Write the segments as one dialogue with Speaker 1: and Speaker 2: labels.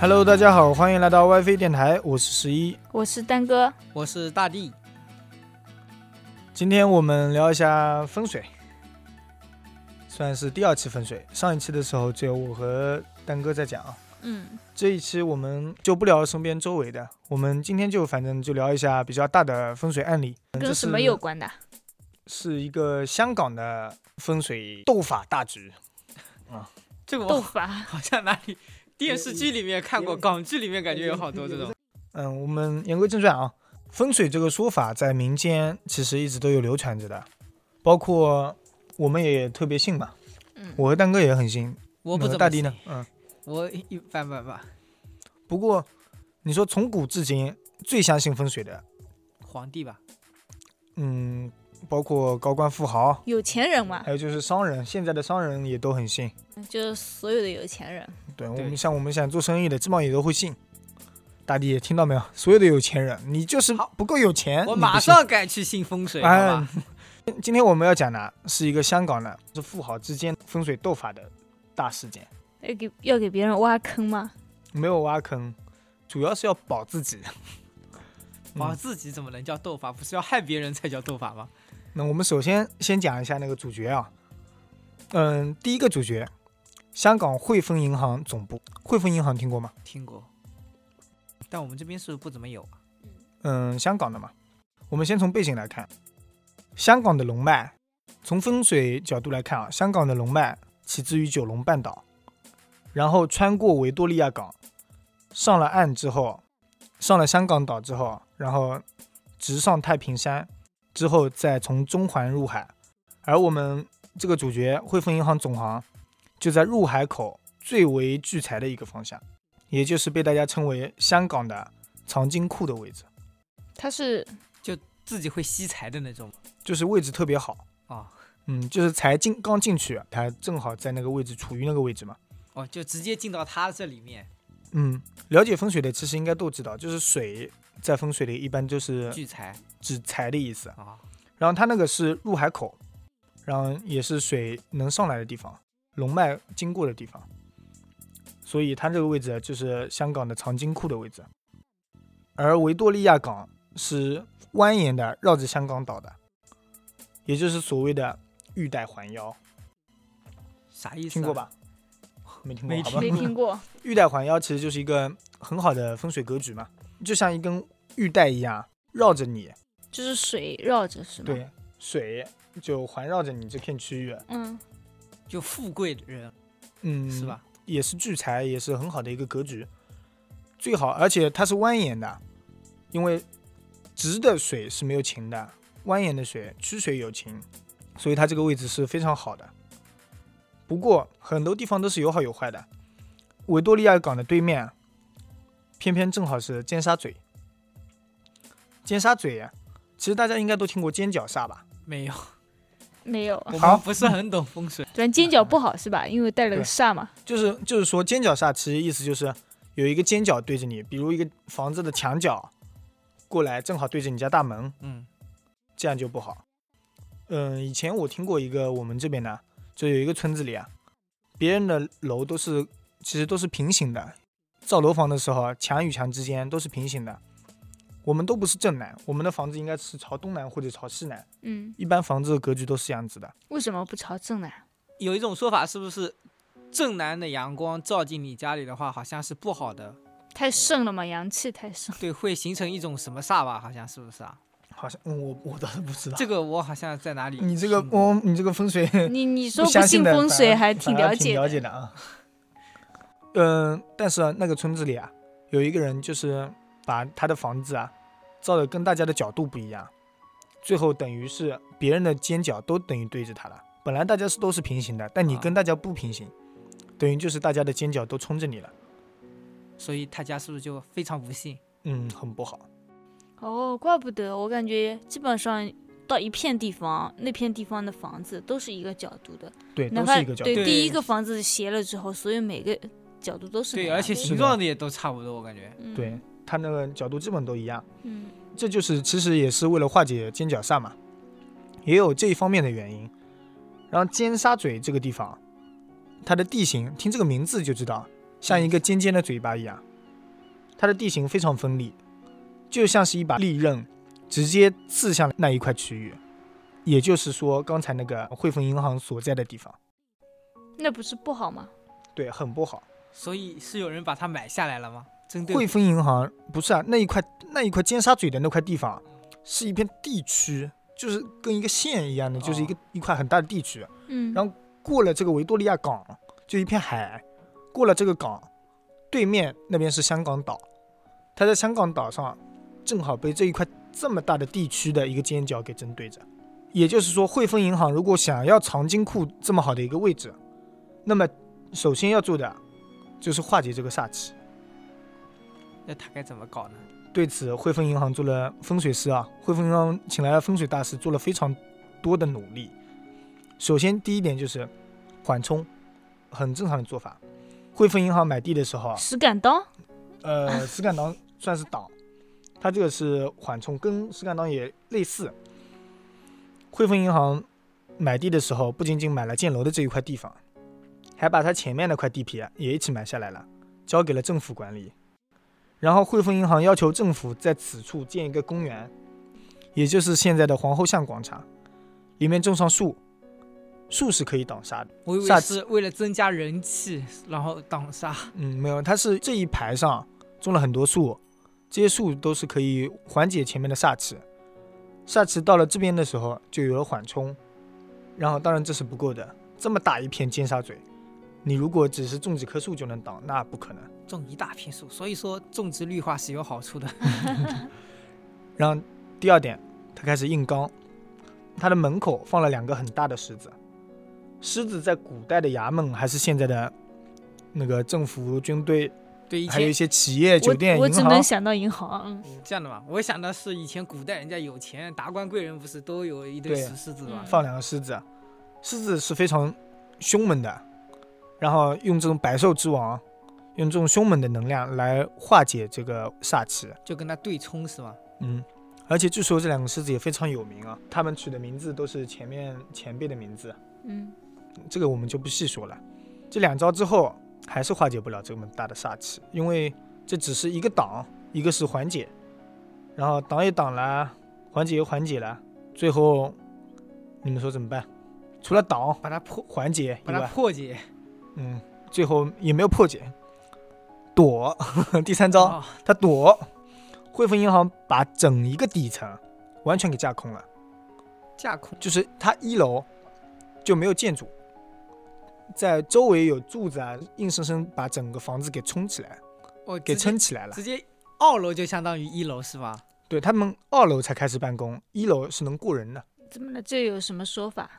Speaker 1: Hello，大家好，欢迎来到 WiFi 电台，我是十一。
Speaker 2: 我是丹哥，
Speaker 3: 我是大地，
Speaker 1: 今天我们聊一下风水，算是第二期风水。上一期的时候只有我和丹哥在讲啊，
Speaker 2: 嗯，
Speaker 1: 这一期我们就不聊身边周围的，我们今天就反正就聊一下比较大的风水案例。嗯
Speaker 2: 跟
Speaker 1: 这
Speaker 2: 什
Speaker 1: 是
Speaker 2: 么有关的？
Speaker 1: 是一个香港的风水斗法大局，
Speaker 3: 这个
Speaker 2: 斗
Speaker 3: 我
Speaker 2: 法，
Speaker 3: 好像哪里电视剧里面看过，港剧里面感觉有好多这种。
Speaker 1: 嗯，我们言归正传啊，风水这个说法在民间其实一直都有流传着的，包括我们也特别信嘛，
Speaker 2: 嗯，
Speaker 1: 我和丹哥也很信。
Speaker 3: 我不
Speaker 1: 那
Speaker 3: 怎么
Speaker 1: 大地
Speaker 3: 信
Speaker 1: 呢？？嗯，
Speaker 3: 我一般般吧。
Speaker 1: 不过你说从古至今最相信风水的，
Speaker 3: 皇帝吧，
Speaker 1: 嗯，包括高官富豪，
Speaker 2: 有钱人嘛
Speaker 1: 还，有就是商人，现在的商人也都很信。
Speaker 2: 就是所有的有钱人，
Speaker 1: 对我
Speaker 3: 对
Speaker 1: 们像我们想做生意的，基本上也都会信。大地听到没有？所有的有钱人，你就是
Speaker 3: 好
Speaker 1: 不够有钱，
Speaker 3: 我
Speaker 1: 哎你不
Speaker 3: 马
Speaker 1: 信
Speaker 3: 上改去信风水，好
Speaker 1: 哎
Speaker 3: 吧？，
Speaker 1: 今今天我们要讲的是一个香港的，是富豪之间风水斗法的大事件，
Speaker 2: 要给要给别人挖坑吗？
Speaker 1: 没有挖坑，主要是要保自己。
Speaker 3: 哇，自己怎么能叫斗法？不是要害别人才叫斗法吗？
Speaker 1: 那我们首先先讲一下那个主角啊，嗯，第一个主角，香港汇丰银行总部，汇丰银行听过吗？
Speaker 3: 听过，但我们这边是不是不怎么有啊？
Speaker 1: 嗯，香港的嘛。我们先从背景来看，香港的龙脉，从风水角度来看啊，香港的龙脉起自于九龙半岛，然后穿过维多利亚港，上了岸之后，上了香港岛之后，然后直上太平山，之后再从中环入海。而我们这个主角汇丰银行总行就在入海口最为聚财的一个方向，也就是被大家称为香港的藏金库的位置。
Speaker 2: 他是
Speaker 3: 自己会吸财的那种
Speaker 1: 就是位置特别好，
Speaker 3: 啊？
Speaker 1: 嗯，就是才进刚进去，他正好在那个位置，处于那个位置嘛。
Speaker 3: 哦，就直接进到他这里面
Speaker 1: 嗯，了解风水的其实应该都知道，就是水在风水里一般就是
Speaker 3: 聚财
Speaker 1: 指财的意思。
Speaker 3: 啊？
Speaker 1: 然后它那个是入海口，然后也是水能上来的地方，龙脉经过的地方，所以它这个位置就是香港的藏金库的位置。而维多利亚港是蜿蜒的绕着香港岛的，也就是所谓的玉带环腰。
Speaker 3: 啥意思、啊？
Speaker 1: 听过？吧？没听过，
Speaker 3: 没
Speaker 1: 好吧
Speaker 2: 没听过，
Speaker 1: 玉带环腰其实就是一个很好的风水格局嘛，就像一根玉带一样绕着你，
Speaker 2: 就是水绕着是吗？，
Speaker 1: 对，水就环绕着你这片区域，
Speaker 2: 嗯，
Speaker 3: 就富贵人、
Speaker 1: 嗯，
Speaker 3: 是？吧？
Speaker 1: 也是聚财，也是很好的一个格局，最好，而且它是蜿蜒的，因为直的水是没有情的，蜿蜒的水曲水有情，所以它这个位置是非常好的。不过很多地方都是有好有坏的，维多利亚港的对面，偏偏正好是尖沙咀。尖沙咀呀，其实大家应该都听过尖角煞吧？
Speaker 3: 没有，
Speaker 2: 没有，
Speaker 3: 我
Speaker 1: 好
Speaker 3: 们不是很懂风水。
Speaker 2: 反正尖角不好是吧？因为带了个
Speaker 1: 对
Speaker 2: 煞嘛，
Speaker 1: 就是就是说尖角煞，其实意思就是有一个尖角对着你，比如一个房子的墙角过来，正好对着你家大门，
Speaker 3: 嗯，
Speaker 1: 这样就不好。嗯，以前我听过一个我们这边的，就有一个村子里啊，别人的楼都是其实都是平行的，造楼房的时候啊墙与墙之间都是平行的，我们都不是正南，我们的房子应该是朝东南或者朝西南，
Speaker 2: 嗯，
Speaker 1: 一般房子的格局都是这样子的。
Speaker 2: 为什么不朝正南？
Speaker 3: 有一种说法是不是正南的阳光照进你家里的话，好像是不好的，
Speaker 2: 太盛了嘛，阳气太盛，
Speaker 3: 对，会形成一种什么煞吧？好像是不是啊？
Speaker 1: 好像、嗯、我我倒是不知道。
Speaker 3: 这个我好像在哪里听过？
Speaker 1: 你这个哦，你这个风水
Speaker 2: 你你说
Speaker 1: 不相信
Speaker 2: 信
Speaker 1: 的
Speaker 2: 风
Speaker 1: 反
Speaker 2: 水
Speaker 1: 而
Speaker 2: 还挺
Speaker 1: 反而
Speaker 2: 了解
Speaker 1: 了
Speaker 2: 的，
Speaker 1: 解的啊。嗯，但是、啊、那个村子里啊，有一个人就是把他的房子啊造的跟大家的角度不一样，最后等于是别人的尖角都等于对着他了。本来大家是都是平行的，但你
Speaker 3: 啊
Speaker 1: 跟大家不平行，等于就是大家的尖角都冲着你了，
Speaker 3: 所以他家是不是就非常不幸？
Speaker 1: 嗯，很不好。
Speaker 2: 哦，怪不得我感觉基本上到一片地方，那片地方的房子都是一个角度的，
Speaker 1: 对，
Speaker 2: 哪
Speaker 1: 都
Speaker 2: 怕
Speaker 1: 是一个角度
Speaker 2: 对。
Speaker 3: 对
Speaker 2: 第一个房子斜了之后，所以每个角度都是
Speaker 3: 对，
Speaker 2: 那样
Speaker 3: 而且
Speaker 2: 的
Speaker 1: 是
Speaker 3: 形
Speaker 1: 的
Speaker 3: 状的也都差不多，我感觉。
Speaker 2: 嗯
Speaker 1: 对，他那个角度基本都一样。
Speaker 2: 嗯
Speaker 1: 这就是其实也是为了化解尖角煞嘛，也有这一方面的原因。然后尖沙咀这个地方，它的地形听这个名字就知道，像一个尖尖的嘴巴一样，它的地形非常锋利，就像是一把利刃，直接刺向那一块区域，也就是说刚才那个汇丰银行所在的地方，
Speaker 2: 那不是不好吗？
Speaker 1: 对，很不好。
Speaker 3: 所以是有人把它买下来了吗？针对
Speaker 1: 汇丰银行不是啊，那一块那一块尖沙咀的那块地方，啊是一片地区，就是跟一个县一样的，就是一个、一块很大的地区。
Speaker 2: 嗯，
Speaker 1: 然后过了这个维多利亚港，就一片海，过了这个港，对面那边是香港岛，它在香港岛上正好被这一块这么大的地区的一个尖角给针对着。也就是说，汇丰银行如果想要藏金库这么好的一个位置，那么首先要做的啊就是化解这个煞气。
Speaker 3: 那他该怎么搞呢？
Speaker 1: 对此，汇丰银行做了风水师啊，汇丰银行请来了风水大师，做了非常多的努力。首先，第一点就是缓冲，很正常的做法。汇丰银行买地的时候啊，
Speaker 2: 石敢当，
Speaker 1: 呃，石敢当算是党，它这个是缓冲，跟石敢当也类似。汇丰银行买地的时候，不仅仅买了建楼的这一块地方，还把它前面那块地皮啊也一起买下来了，交给了政府管理。然后汇丰银行要求政府在此处建一个公园，也就是现在的皇后巷广场，里面种上树，树是可以挡沙的。
Speaker 3: 我以
Speaker 1: 下
Speaker 3: 为是为了增加人气，然后挡杀。
Speaker 1: 嗯，没有，它是这一排上种了很多树，这些树都是可以缓解前面的煞气。煞气到了这边的时候就有了缓冲，然后当然这是不够的，这么大一片尖沙咀，你如果只是种几棵树就能挡，那不可能。
Speaker 3: 种一大片树，所以说种植绿化是有好处的。
Speaker 1: 然后第二点，他开始硬刚，他的门口放了两个很大的狮子，狮子在古代的衙门还是现在的那个政府、军队，
Speaker 3: 对，以
Speaker 1: 还有一
Speaker 3: 前
Speaker 1: 些企业、酒店、
Speaker 2: 我我
Speaker 1: 银
Speaker 2: 只能
Speaker 1: 行，
Speaker 2: 想到银行，嗯
Speaker 3: 这样的嘛，我想的是以前古代人家有钱，达官贵人不是都有一堆
Speaker 1: 对
Speaker 3: 石狮子嘛
Speaker 2: 嗯？
Speaker 1: 放两个狮子，啊狮子是非常凶猛的，然后用这种百兽之王，啊用这种凶猛的能量来化解这个煞气。
Speaker 3: 就跟他对冲是吗？
Speaker 1: 嗯，而且据说这两个狮子也非常有名啊，他们取的名字都是前面前辈的名字，
Speaker 2: 嗯，
Speaker 1: 这个我们就不细说了。这两招之后还是化解不了这么大的煞气，因为这只是一个挡，一个是缓解，然后挡也挡了，缓解也缓解了，最后你们说怎么办？除了挡
Speaker 3: 把它破，
Speaker 1: 缓解以
Speaker 3: 把它
Speaker 1: 外，
Speaker 3: 破解。
Speaker 1: 嗯，最后也没有破解，躲， 第三招、
Speaker 3: 哦
Speaker 1: 他躲，汇丰银行把整一个底层完全给架空了，
Speaker 3: 架空，
Speaker 1: 就是它一楼就没有建筑，在周围有柱子啊，硬生生把整个房子给冲起来，
Speaker 3: 哦，
Speaker 1: 给
Speaker 3: 直接
Speaker 1: 撑起来了。
Speaker 3: 直接二楼就相当于一楼是吧？
Speaker 1: 对他们二楼才开始办公，一楼是能过人的。
Speaker 2: 怎么了？这有什么说法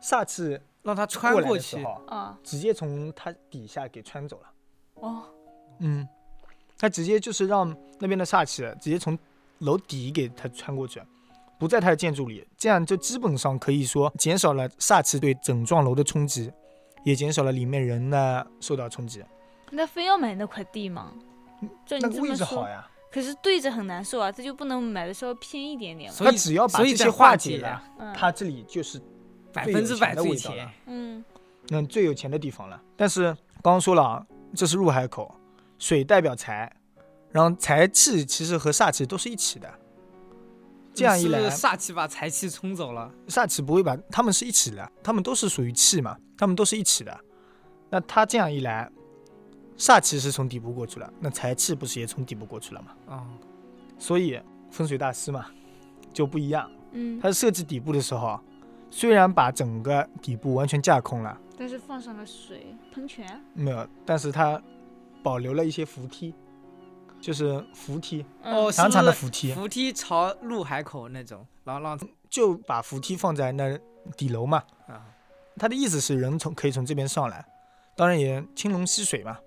Speaker 1: 煞气
Speaker 3: 让他穿
Speaker 1: 过来
Speaker 3: 过
Speaker 1: 的时
Speaker 3: 去，
Speaker 1: 候，
Speaker 2: 啊？
Speaker 1: 直接从它底下给穿走了。
Speaker 2: 哦，
Speaker 1: 嗯，他直接就是让那边的煞气直接从楼底给他穿过去，不在他的建筑里，这样就基本上可以说减少了煞气对整幢楼的冲击，也减少了里面人的受到冲击。
Speaker 2: 那非要买那块地吗？照
Speaker 1: 那个
Speaker 2: 你这
Speaker 1: 位
Speaker 2: 么
Speaker 1: 置好
Speaker 2: 说，
Speaker 1: 呀，
Speaker 2: 可是对着很难受啊，这就不能买的稍微偏一点点吗？
Speaker 3: 所
Speaker 1: 他
Speaker 3: 以
Speaker 1: 只要把
Speaker 3: 所
Speaker 1: 这
Speaker 3: 以
Speaker 1: 些
Speaker 3: 在
Speaker 1: 化
Speaker 3: 化
Speaker 1: 解了，
Speaker 2: 嗯
Speaker 1: 他这里就是
Speaker 3: 百
Speaker 1: 最
Speaker 3: 分
Speaker 1: 有
Speaker 3: 之
Speaker 1: 钱
Speaker 3: 百
Speaker 1: 的
Speaker 3: 最
Speaker 1: 味道
Speaker 3: 前
Speaker 1: 了。
Speaker 2: 嗯，
Speaker 1: 嗯最有钱的地方了。但是刚刚说了啊，这是入海口，水代表财，然后财气其实和煞气都是一起的，这样一来
Speaker 3: 是煞气把财气冲走了。
Speaker 1: 煞气不会把他们是一起的，他们都是属于气嘛，他们都是一起的。那他这样一来，煞气是从底部过去了，那财气不是也从底部过去了吗？
Speaker 3: 哦，
Speaker 1: 所以风水大师嘛就不一样，
Speaker 2: 嗯，
Speaker 1: 他设计底部的时候，虽然把整个底部完全架空了，
Speaker 2: 但是放上了水喷泉，
Speaker 1: 没有，但是他保留了一些扶梯，就是扶梯，
Speaker 2: 嗯
Speaker 3: 哦
Speaker 1: 长长的
Speaker 3: 是
Speaker 1: 扶梯，
Speaker 3: 扶梯朝入海口那种，然后让
Speaker 1: 就把扶梯放在那底楼嘛，
Speaker 3: 啊，
Speaker 1: 他的意思是人从可以从这边上来，当然也青龙吸水嘛，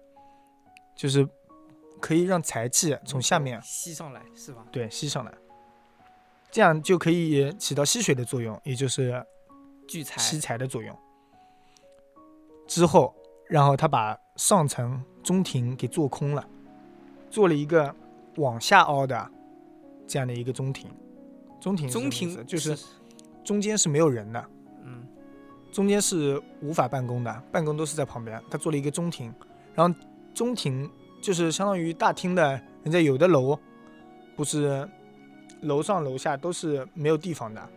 Speaker 1: 就是可以让财气从下面
Speaker 3: 吸上来是吧？
Speaker 1: 对吸上来，这样就可以起到吸水的作用，也就是
Speaker 3: 聚财
Speaker 1: 吸财的作用。之后，然后他把上层中庭给做空了，做了一个往下凹的这样的一个中庭。中庭是什么
Speaker 3: 中
Speaker 1: 意思
Speaker 3: 庭
Speaker 1: 就是中间是没有人的，
Speaker 3: 嗯，
Speaker 1: 中间是无法办公的，办公都是在旁边。他做了一个中庭，然后中庭就是相当于大厅的，人家有的楼不是楼上楼下都是没有地方的，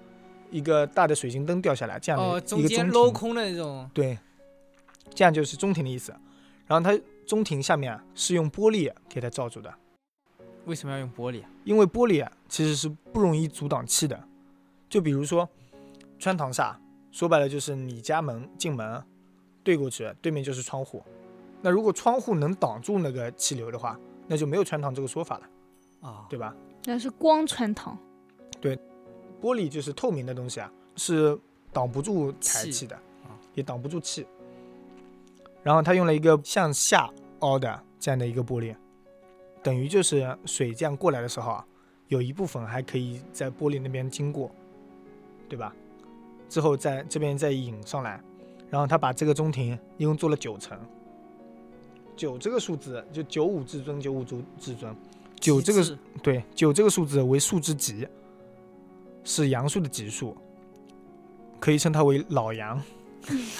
Speaker 1: 一个大的水晶灯掉下来，这样的、
Speaker 3: 哦，
Speaker 1: 一
Speaker 3: 中
Speaker 1: 个
Speaker 3: 间
Speaker 1: 中
Speaker 3: 镂
Speaker 1: 庭，
Speaker 3: 空的那种，
Speaker 1: 对，这样就是中庭的意思。然后它中庭下面啊是用玻璃给它罩住的，
Speaker 3: 为什么要用玻璃啊？
Speaker 1: 因为玻璃啊其实是不容易阻挡气的。就比如说穿堂煞，说白了就是你家门进门对过去，对面就是窗户。那如果窗户能挡住那个气流的话，那就没有穿堂这个说法了，
Speaker 3: 啊，
Speaker 1: 对吧？
Speaker 2: 那是光穿堂，
Speaker 1: 玻璃就是透明的东西啊，是挡不住财
Speaker 3: 气
Speaker 1: 气的
Speaker 3: 啊，
Speaker 1: 也挡不住气。然后他用了一个向下凹的这样的一个玻璃，等于就是水这样过来的时候啊，有一部分还可以在玻璃那边经过，对吧？之后在这边再引上来，然后他把这个中庭一共做了九层。九这个数字就九五至尊，九五至至尊，九这个
Speaker 3: 极致
Speaker 1: 对，九这个数字为数之极，是阳数的级数，可以称它为老阳。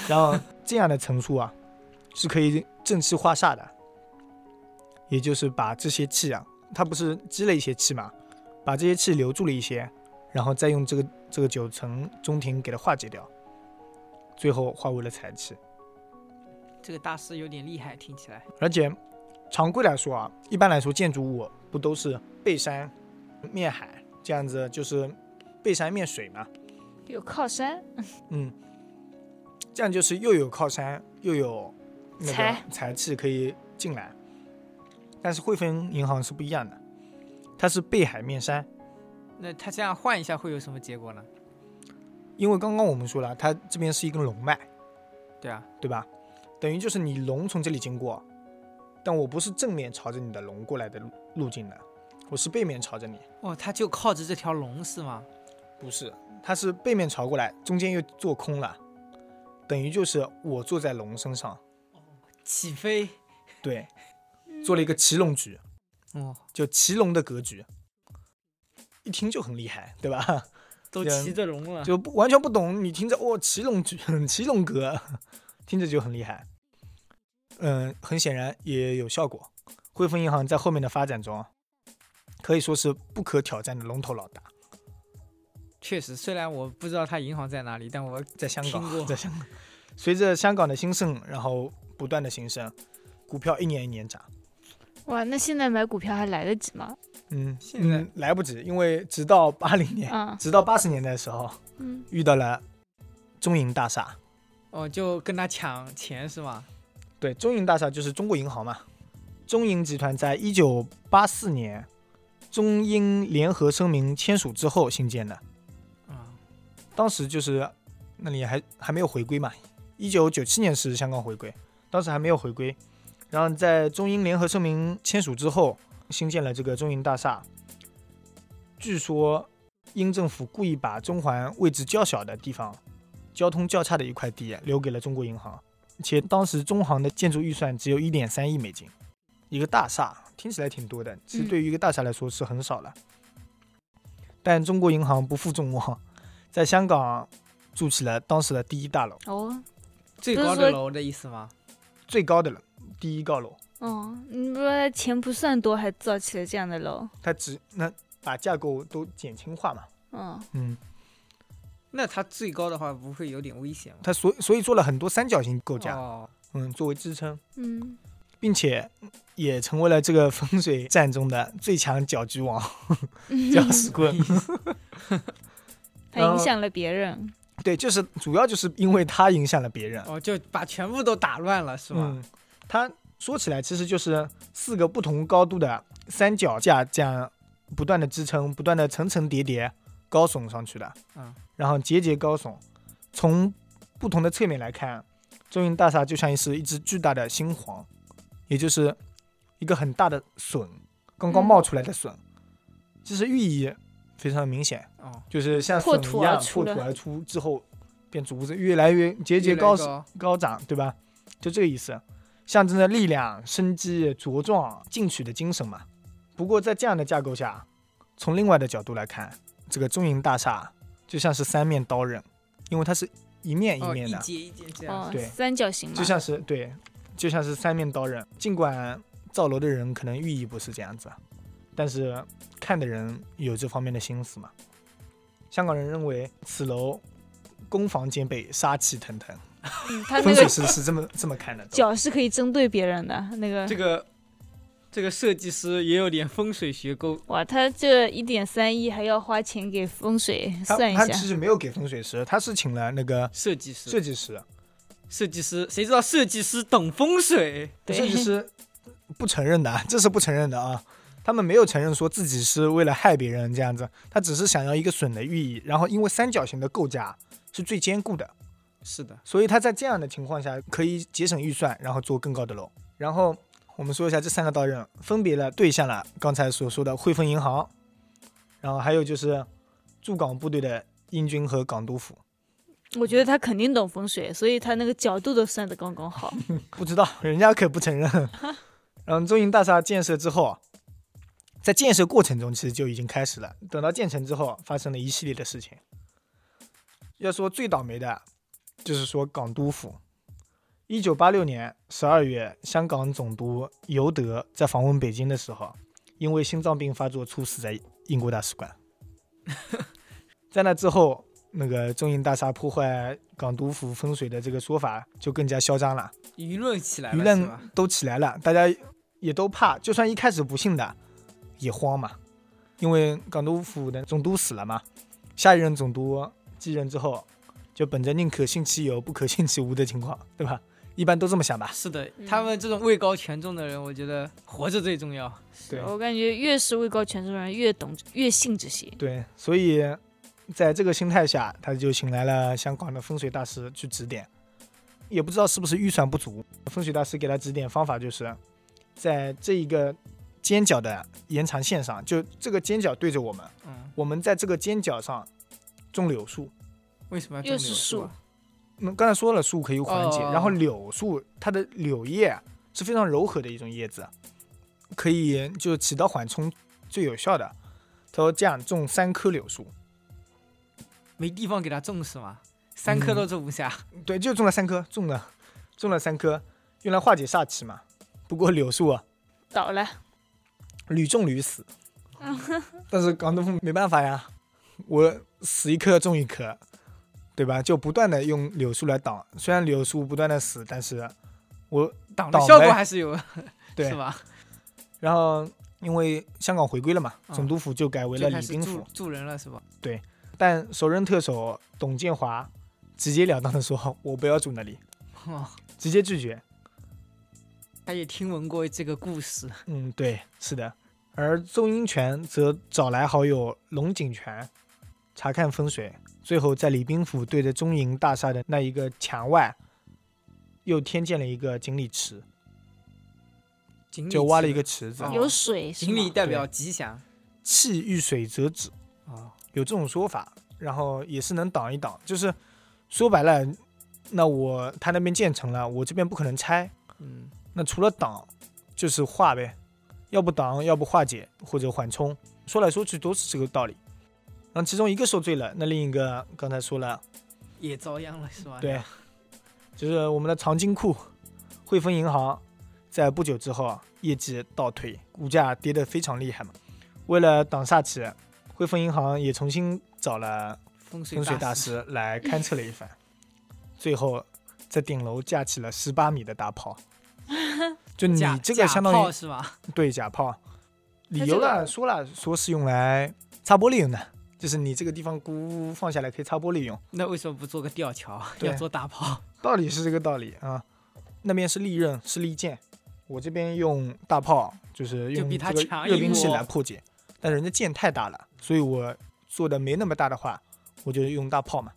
Speaker 1: 然后这样的层数啊，是可以正气化煞的，也就是把这些气啊，它不是积了一些气嘛，把这些气留住了一些，然后再用这个这个九层中庭给它化解掉，最后化为了财气。
Speaker 3: 这个大师有点厉害，听起来
Speaker 1: 而且常规来说啊，一般来说建筑物不都是背山面海这样子，就是背山面水嘛，
Speaker 2: 有靠山，
Speaker 1: 嗯，这样就是又有靠山又有那个
Speaker 2: 财
Speaker 1: 财气可以进来，但是汇丰银行是不一样的，它是背海面山，
Speaker 3: 那他这样换一下会有什么结果呢？
Speaker 1: 因为刚刚我们说了，它这边是一根龙脉，
Speaker 3: 对啊，
Speaker 1: 对吧？等于就是你龙从这里经过，但我不是正面朝着你的龙过来的路路径的，我是背面朝着你。
Speaker 3: 哦，他就靠着这条龙是吗？
Speaker 1: 不是，它是背面朝过来，中间又做空了，等于就是我坐在龙身上，
Speaker 3: 起飞，
Speaker 1: 对，做了一个骑龙局，
Speaker 3: 哦，
Speaker 1: 就骑龙的格局，一听就很厉害，对吧？
Speaker 3: 都
Speaker 1: 人
Speaker 3: 骑着龙了，
Speaker 1: 就不完全不懂，你听着哦，骑龙局， 骑龙格，听着就很厉害。嗯，很显然也有效果。汇丰银行在后面的发展中，啊可以说是不可挑战的龙头老大，
Speaker 3: 确实，虽然我不知道他银行在哪里，但我
Speaker 1: 在香港
Speaker 3: 听过，
Speaker 1: 在香港，随着香港的兴盛，然后不断的兴盛，股票一年一年涨。
Speaker 2: 哇，那现在买股票还来得及吗？
Speaker 1: 嗯，
Speaker 3: 现在
Speaker 1: 嗯来不及，因为直到八零年，
Speaker 2: 啊，
Speaker 1: 直到八十年代的时候，
Speaker 2: 嗯，
Speaker 1: 遇到了中银大厦。
Speaker 3: 哦，就跟他抢钱是吗？
Speaker 1: 对，中银大厦就是中国银行嘛。中银集团在一九八四年中英联合声明签署之后兴建的，
Speaker 3: 啊、
Speaker 1: 当时就是那里还还没有回归嘛，一九九七年是香港回归，当时还没有回归。然后在中英联合声明签署之后，新建了这个中银大厦。据说英政府故意把中环位置较小的地方、交通较差的一块地留给了中国银行，且当时中行的建筑预算只有一点三亿美金，一个大厦听起来挺多的，其实
Speaker 2: 嗯
Speaker 1: 对于一个大厦来说是很少了。但中国银行不负众望，在香港筑起了当时的第一大楼，
Speaker 2: 哦，
Speaker 3: 最
Speaker 2: 不是
Speaker 3: 高
Speaker 2: 说
Speaker 3: 的楼的意思吗？
Speaker 1: 最高的楼，第一高楼。
Speaker 2: 哦，你说钱不算多，还造起了这样的楼，
Speaker 1: 它只那把架构都减轻化嘛。
Speaker 2: 嗯，
Speaker 1: 嗯，
Speaker 3: 那他最高的话不会有点危险吗？
Speaker 1: 它所所以做了很多三角形构架，
Speaker 3: 哦，
Speaker 1: 嗯，作为支撑，
Speaker 2: 嗯，
Speaker 1: 并且也成为了这个风水战中的最强搅局王、 搅屎棍。
Speaker 2: 还影响了别人，
Speaker 1: 对，就是主要就是因为它影响了别人，
Speaker 3: 哦，就把全部都打乱了是吧？
Speaker 1: 嗯，它说起来其实就是四个不同高度的三脚架这样不断的支撑，不断的层层叠叠高耸上去的，
Speaker 3: 嗯，
Speaker 1: 然后节节高耸。从不同的侧面来看，中银大厦就像是一只巨大的星皇，也就是一个很大的笋，刚刚
Speaker 2: 嗯
Speaker 1: 冒出来的笋，
Speaker 3: 嗯
Speaker 1: 其实寓意非常明显，
Speaker 3: 哦，
Speaker 1: 就是像
Speaker 2: 破
Speaker 1: 笋
Speaker 2: 土
Speaker 1: 一样
Speaker 2: 而出
Speaker 1: 破土
Speaker 2: 的
Speaker 1: 而出之后，便逐渐越来越节节
Speaker 3: 越来
Speaker 1: 高
Speaker 3: 越高
Speaker 1: 高涨，对吧？就这个意思，象征着力量、生机、茁壮、进取的精神嘛。不过在这样的架构下，从另外的角度来看，这个中银大厦就像是三面刀刃，因为它是一面一
Speaker 3: 哦，
Speaker 1: 面
Speaker 3: 一
Speaker 1: 的，
Speaker 3: 节一节这样，
Speaker 2: 哦
Speaker 1: 呃对，
Speaker 2: 三角形嘛
Speaker 1: 就，像是对，就像是三面刀刃。尽管造楼的人可能寓意不是这样子啊，但是看的人有这方面的心思嘛。香港人认为此楼攻防兼备，杀气腾腾，
Speaker 2: 嗯，他那
Speaker 1: 风水
Speaker 2: 个
Speaker 1: 师是这么这么看的。
Speaker 2: 脚是可以针对别人的那个
Speaker 3: 这。个这个设计师也有点风水学钩，
Speaker 2: 哇，他这一点三亿还要花钱给风水
Speaker 1: 他
Speaker 2: 算一
Speaker 1: 他
Speaker 2: 下，
Speaker 1: 其实没有给风水师，他是请了那个
Speaker 3: 设计师
Speaker 1: 设计师，
Speaker 3: 设计师，谁知道设计师懂风水？
Speaker 2: 对
Speaker 1: 设计师 不承认的啊，这是不承认的啊。他们没有承认说自己是为了害别人这样子，他只是想要一个损的寓意。然后因为三角形的构架是最坚固的，
Speaker 3: 是的，
Speaker 1: 所以他在这样的情况下可以节省预算，然后做更高的楼。然后我们说一下这三个刀刃，分别的对向了刚才所说的汇丰银行，然后还有就是驻港部队的英军和港督府。
Speaker 2: 我觉得他肯定懂风水，所以他那个角度都算得刚刚好。
Speaker 1: 不知道，人家可不承认。然后中银大厦建设之后，啊在建设过程中其实就已经开始了。等到建成之后，发生了一系列的事情。要说最倒霉的，啊就是说港督府。一九八六年十二月，香港总督尤德在访问北京的时候，因为心脏病发作猝死在英国大使馆。在那之后，那个中银大厦破坏港督府风水的这个说法就更加嚣张了。
Speaker 3: 舆论起来
Speaker 1: 舆
Speaker 3: 了是
Speaker 1: 论
Speaker 3: 吧？
Speaker 1: 都起来了，大家也都怕，就算一开始不信的，也慌嘛，因为港督府的总督死了嘛，下一任总督继任之后，就本着宁可信其有，不可信其无的情况，对吧？一般都这么想吧。
Speaker 3: 是的，
Speaker 2: 嗯
Speaker 3: 他们这种位高权重的人，我觉得活着最重要。
Speaker 1: 对
Speaker 2: 我感觉越是位高权重的人，越懂越信这些。
Speaker 1: 对，所以在这个心态下，他就请来了香港的风水大师去指点，也不知道是不是预算不足，风水大师给他指点方法就是，在这一个尖角的延长线上，就这个尖角对着我们。
Speaker 3: 嗯，
Speaker 1: 我们在这个尖角上种柳树。
Speaker 3: 为什么要
Speaker 2: 又
Speaker 3: 种
Speaker 2: 是
Speaker 3: 柳树啊？
Speaker 1: 那刚才说了，树可以缓解，
Speaker 3: 哦
Speaker 1: 然后柳树它的柳叶是非常柔和的一种叶子，可以就起到缓冲最有效的。他说这样种三棵柳树，
Speaker 3: 没地方给他种是吗？三
Speaker 1: 嗯
Speaker 3: 棵都种不下，
Speaker 1: 对，就种了三棵，种了种了三棵，用来化解煞气嘛。不过柳树啊，
Speaker 2: 倒了，
Speaker 1: 屡种屡死，但是港督府没办法呀，我死一棵种一棵，对吧？就不断的用柳树来挡，虽然柳树不断的死，但是我
Speaker 3: 挡的
Speaker 1: 挡
Speaker 3: 效
Speaker 1: 呗
Speaker 3: 果还是有，
Speaker 1: 对
Speaker 3: 是，吧？
Speaker 1: 然后因为香港回归了嘛，
Speaker 3: 嗯
Speaker 1: 总督府就改为了
Speaker 3: 就开
Speaker 1: 礼
Speaker 3: 始
Speaker 1: 宾
Speaker 3: 住
Speaker 1: 府，
Speaker 3: 住人了是吧？
Speaker 1: 但首任特首董建华直截了当的说：“我不要住那里。
Speaker 3: 哦，”
Speaker 1: 直接拒绝。
Speaker 3: 他也听闻过这个故事，
Speaker 1: 嗯，对，是的。而邹英权则找来好友龙井泉查看风水，最后在礼宾府对着中银大厦的那一个墙外，又添建了一个锦鲤池，
Speaker 3: 锦鲤
Speaker 1: 就挖了
Speaker 3: 之
Speaker 1: 一个
Speaker 3: 类的，
Speaker 1: 池子
Speaker 3: 哦，
Speaker 2: 有水是
Speaker 3: 锦鲤
Speaker 2: 吗？
Speaker 3: 代表吉祥。
Speaker 1: 气遇水则止。
Speaker 3: 哦，
Speaker 1: 有这种说法，然后也是能挡一挡。就是说白了，那我他那边建成了，我这边不可能拆，
Speaker 3: 嗯，
Speaker 1: 那除了挡，就是化呗，要不挡，要不化解或者缓冲。说来说去都是这个道理。然后其中一个受罪了，那另一个刚才说了，
Speaker 3: 也遭殃了是吧？
Speaker 1: 对，就是我们的长金库、汇丰银行，在不久之后啊业绩倒退，股价跌得非常厉害嘛。为了挡煞气，汇丰银行也重新找了
Speaker 3: 风水
Speaker 1: 风水大
Speaker 3: 大
Speaker 1: 师来勘测了一番，最后在顶楼架起了十八米的大炮。就你
Speaker 3: 假
Speaker 1: 嗯这个相当于
Speaker 3: 于是吧？
Speaker 1: 对假炮，理
Speaker 2: 它
Speaker 1: 由
Speaker 2: 这
Speaker 1: 呢
Speaker 2: 个
Speaker 1: 说了说是用来擦玻璃用的，就是你这个地方咕放下来可以擦玻璃用，
Speaker 3: 那为什么不做个吊桥，
Speaker 1: 对
Speaker 3: 要做大炮？
Speaker 1: 道理是这个道理啊。那边是利刃是利剑，我这边用大炮就是
Speaker 3: 就
Speaker 1: 用
Speaker 3: 比
Speaker 1: 这
Speaker 3: 它
Speaker 1: 个
Speaker 3: 强
Speaker 1: 热
Speaker 3: 一
Speaker 1: 兵器
Speaker 3: 步
Speaker 1: 来破解，但人家剑太大了，所以我做的没那么大的话，我就用大炮嘛。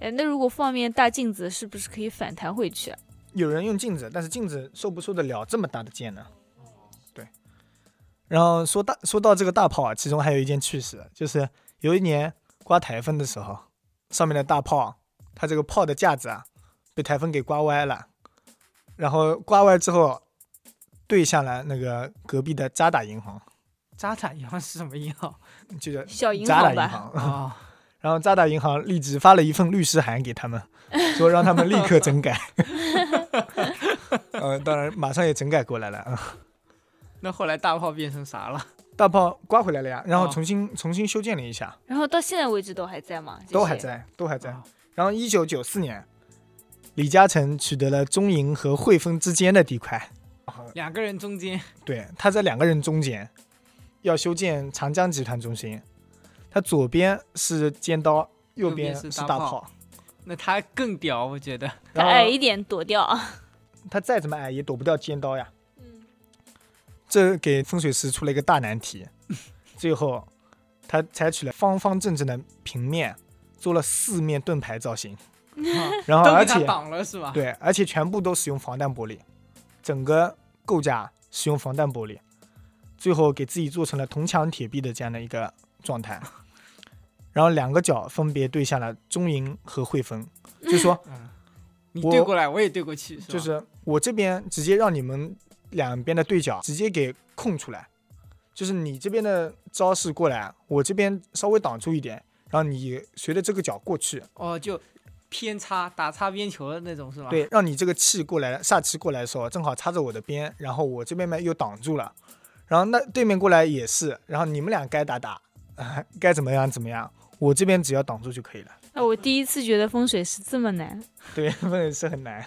Speaker 2: 哎，那如果放面大镜子，是不是可以反弹回去啊？
Speaker 1: 有人用镜子，但是镜子受不受得了这么大的箭呢？对。然后说大说到这个大炮啊，其中还有一件趣事，就是有一年刮台风的时候，上面的大炮，啊它这个炮的架子啊，被台风给刮歪了，然后刮歪之后，对向了那个隔壁的渣打银行，
Speaker 3: 渣打银行是什么银 行？
Speaker 1: 就叫
Speaker 2: 小银
Speaker 1: 渣打
Speaker 2: 行
Speaker 1: 银
Speaker 2: 吧，
Speaker 1: 行。
Speaker 3: 哦，
Speaker 1: 然后渣打银行立即发了一份律师函给他 们，说让他们立刻整改。呃，当然马上也整改过来了啊。
Speaker 3: 那后来大炮变成啥了？
Speaker 1: 大炮刮回来了呀，然后
Speaker 3: 哦
Speaker 1: 重新、重新修建了一下，
Speaker 2: 然后到现在为止都还在吗？这
Speaker 1: 都还
Speaker 2: 些。
Speaker 1: 在，都还在。
Speaker 3: 啊
Speaker 1: 然后一九九四年，李嘉诚取得了中银和汇丰之间的地块，
Speaker 3: 两个人中间
Speaker 1: 对，他在两个人中间，要修建长江集团中心，他左边是尖刀，右
Speaker 3: 右边是
Speaker 1: 是
Speaker 3: 大
Speaker 1: 大
Speaker 3: 炮
Speaker 1: 炮，
Speaker 3: 那他更屌，我觉得。
Speaker 2: 再
Speaker 1: 然
Speaker 2: 矮
Speaker 1: 后
Speaker 2: 哎一点躲掉啊。
Speaker 1: 他再怎么矮也躲不掉尖刀呀，
Speaker 2: 嗯，
Speaker 1: 这给风水师出了一个大难题。 最后，他采取了方方正正的平面，做了四面盾牌造 型，
Speaker 3: 啊
Speaker 1: 然后
Speaker 3: 都
Speaker 1: 而
Speaker 3: 给他
Speaker 1: 且
Speaker 3: 挡了是吧？
Speaker 1: 对，而且全部都使用防弹玻璃，整个构架使用防弹玻璃，最后给自己做成了铜墙铁壁的这样的一个状 态。然后两个角分别对向了中银和汇丰，就说
Speaker 3: 嗯，你
Speaker 1: 我
Speaker 3: 对过来，我也对过去，吧
Speaker 1: 就是我这边直接让你们两边的对角直接给空出来，就是你这边的招式过来，我这边稍微挡住一点，然后你随着这个角过去，
Speaker 3: 哦，就偏差打擦边球的那种是吧？，
Speaker 1: 对，让你这个气过来，煞气过来的时候，正好插着我的边，然后我这边嘛又挡住了，然后那对面过来也是，然后你们俩该打打， 啊该怎么样怎么样，我这边只要挡住就可以了。
Speaker 2: 哎，我第一次觉得风水师这么难。
Speaker 1: 对， 分也是很难，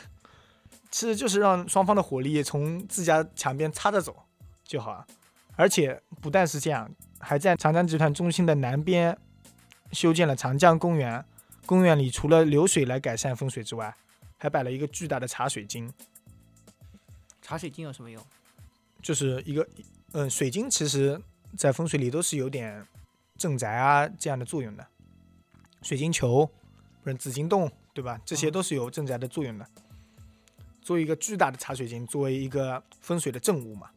Speaker 1: 其实就是让双方的火力从自家墙边插着走就好了，而且不但是这样，还在长江集团中心的南边修建了长江公园，公园里除了流水来改善风水之外，还摆了一个巨大的茶水晶。
Speaker 3: 茶水晶有什么用？
Speaker 1: 就是一个，嗯，水晶其实在风水里都是有点镇宅啊这样的作用的，水晶球，不是紫晶洞，对吧？这些
Speaker 3: 嗯
Speaker 1: 都是有镇宅的作用的。作为一个巨大的茶水晶，作为一个风水的正物嘛。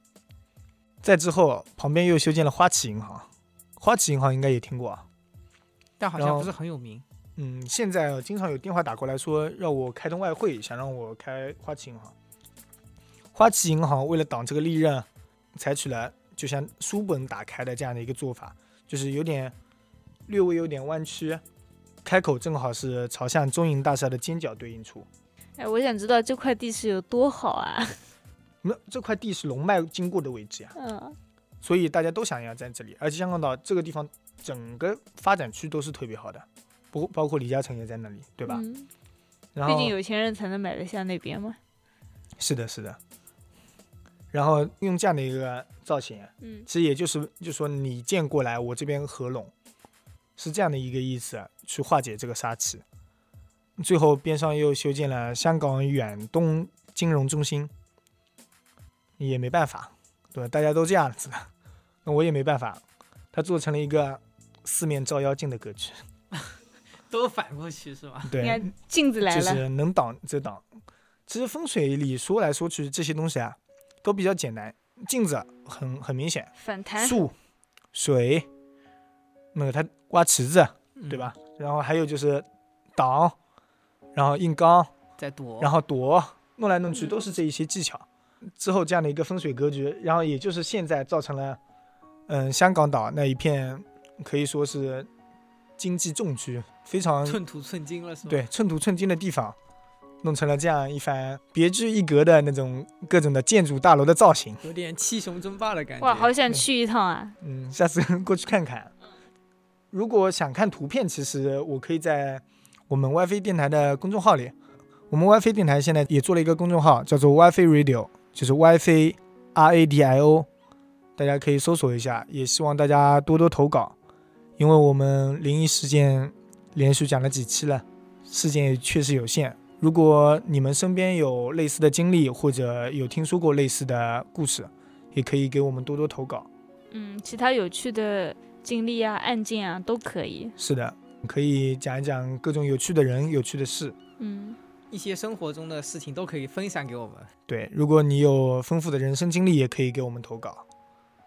Speaker 1: 再之后，旁边又修建了花旗银行，花旗银行应该也听过啊。
Speaker 3: 但好
Speaker 1: 然
Speaker 3: 像
Speaker 1: 后
Speaker 3: 不是很有名。
Speaker 1: 嗯，现在经常有电话打过来说让我开通外汇，想让我开花旗银行。花旗银行为了挡这个利刃，采取了就像书本打开的这样的一个做法，就是有点略微有点弯曲，开口正好是朝向中银大厦的尖角对应处。
Speaker 2: 哎，我想知道这块地是有多好啊。
Speaker 1: 没有这块地是龙脉经过的位置呀、
Speaker 2: 嗯，
Speaker 1: 所以大家都想要在这里。而且香港岛这个地方整个发展区都是特别好的，包包括李嘉诚也在那里，对
Speaker 2: 对
Speaker 1: 吧？然后
Speaker 2: 嗯毕竟有钱人才能买得下那边嘛。
Speaker 1: 是的，是的。然后用这样的一个造型，啊
Speaker 2: 嗯，
Speaker 1: 其实也就是就说你见过来，我这边合拢，是这样的一个意思，啊去化解这个杀气。最后边上又修建了香港远东金融中心，也没办法，对吧？大家都这样子的，那我也没办法。它做成了一个四面照妖镜的格局，
Speaker 3: 都反过去是吧？
Speaker 1: 对，
Speaker 2: 你看镜子来
Speaker 1: 就
Speaker 2: 了，
Speaker 1: 是能挡则挡。其实风水里说来说去，这些东西啊，都比较简单。镜子很很明显，
Speaker 2: 反弹。
Speaker 1: 树、水，那个它挖池子，
Speaker 3: 嗯
Speaker 1: 对？吧？然后还有就是挡，然后硬刚，
Speaker 3: 在躲，
Speaker 1: 然后躲，弄来弄去
Speaker 2: 嗯
Speaker 1: 都是这一些技巧。之后这样的一个风水格局，然后也就是现在造成了，嗯，香港岛那一片可以说是经济重区，非常
Speaker 3: 寸土寸金了是吧？，
Speaker 1: 对，寸土寸金的地方，弄成了这样一番别具一格的那种各种的建筑大楼的造型。
Speaker 3: 有点七雄争霸的感觉。
Speaker 2: 哇，好想去一趟啊！
Speaker 1: 嗯，下次过去看看。如果想看图片，其实我可以在我们 WiFi 电台的公众号里，我们 WiFi 电台现在也做了一个公众号，叫做 WiFi Radio，就是 WiFi R A D I O，大家可以搜索一下。也希望大家多多投稿，因为我们灵异事件连续讲了几期了，事件也确实有限。如果你们身边有类似的经历，或者有听说过类似的故事，也可以给我们多多投稿。
Speaker 2: 嗯，其他有趣的经历啊、案件啊都可以。
Speaker 1: 是的，可以讲一讲各种有趣的人、有趣的事。
Speaker 2: 嗯，
Speaker 3: 一些生活中的事情都可以分享给我们。
Speaker 1: 对，如果你有丰富的人生经历，也可以给我们投稿，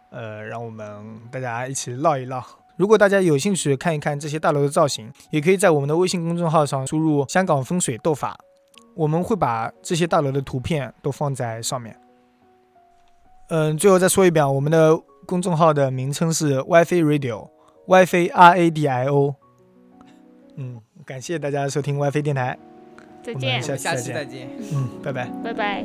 Speaker 1: 呃，让我们大家一起唠一唠。如果大家有兴趣看一看这些大楼的造型，也可以在我们的微信公众号上输入“香港风水斗法”，我们会把这些大楼的图片都放在上面。嗯，最后再说一遍啊，我们的公众号的名称是 WiFi Radio，WiFi R A D I O。嗯，感谢大家收听 WiFi 电台，
Speaker 2: 再
Speaker 1: 我们
Speaker 2: 见
Speaker 1: 下
Speaker 3: 我，们
Speaker 1: 次
Speaker 3: 下
Speaker 1: 再
Speaker 3: 期
Speaker 1: 见
Speaker 3: 再见。
Speaker 1: 嗯，拜拜。
Speaker 2: 拜拜。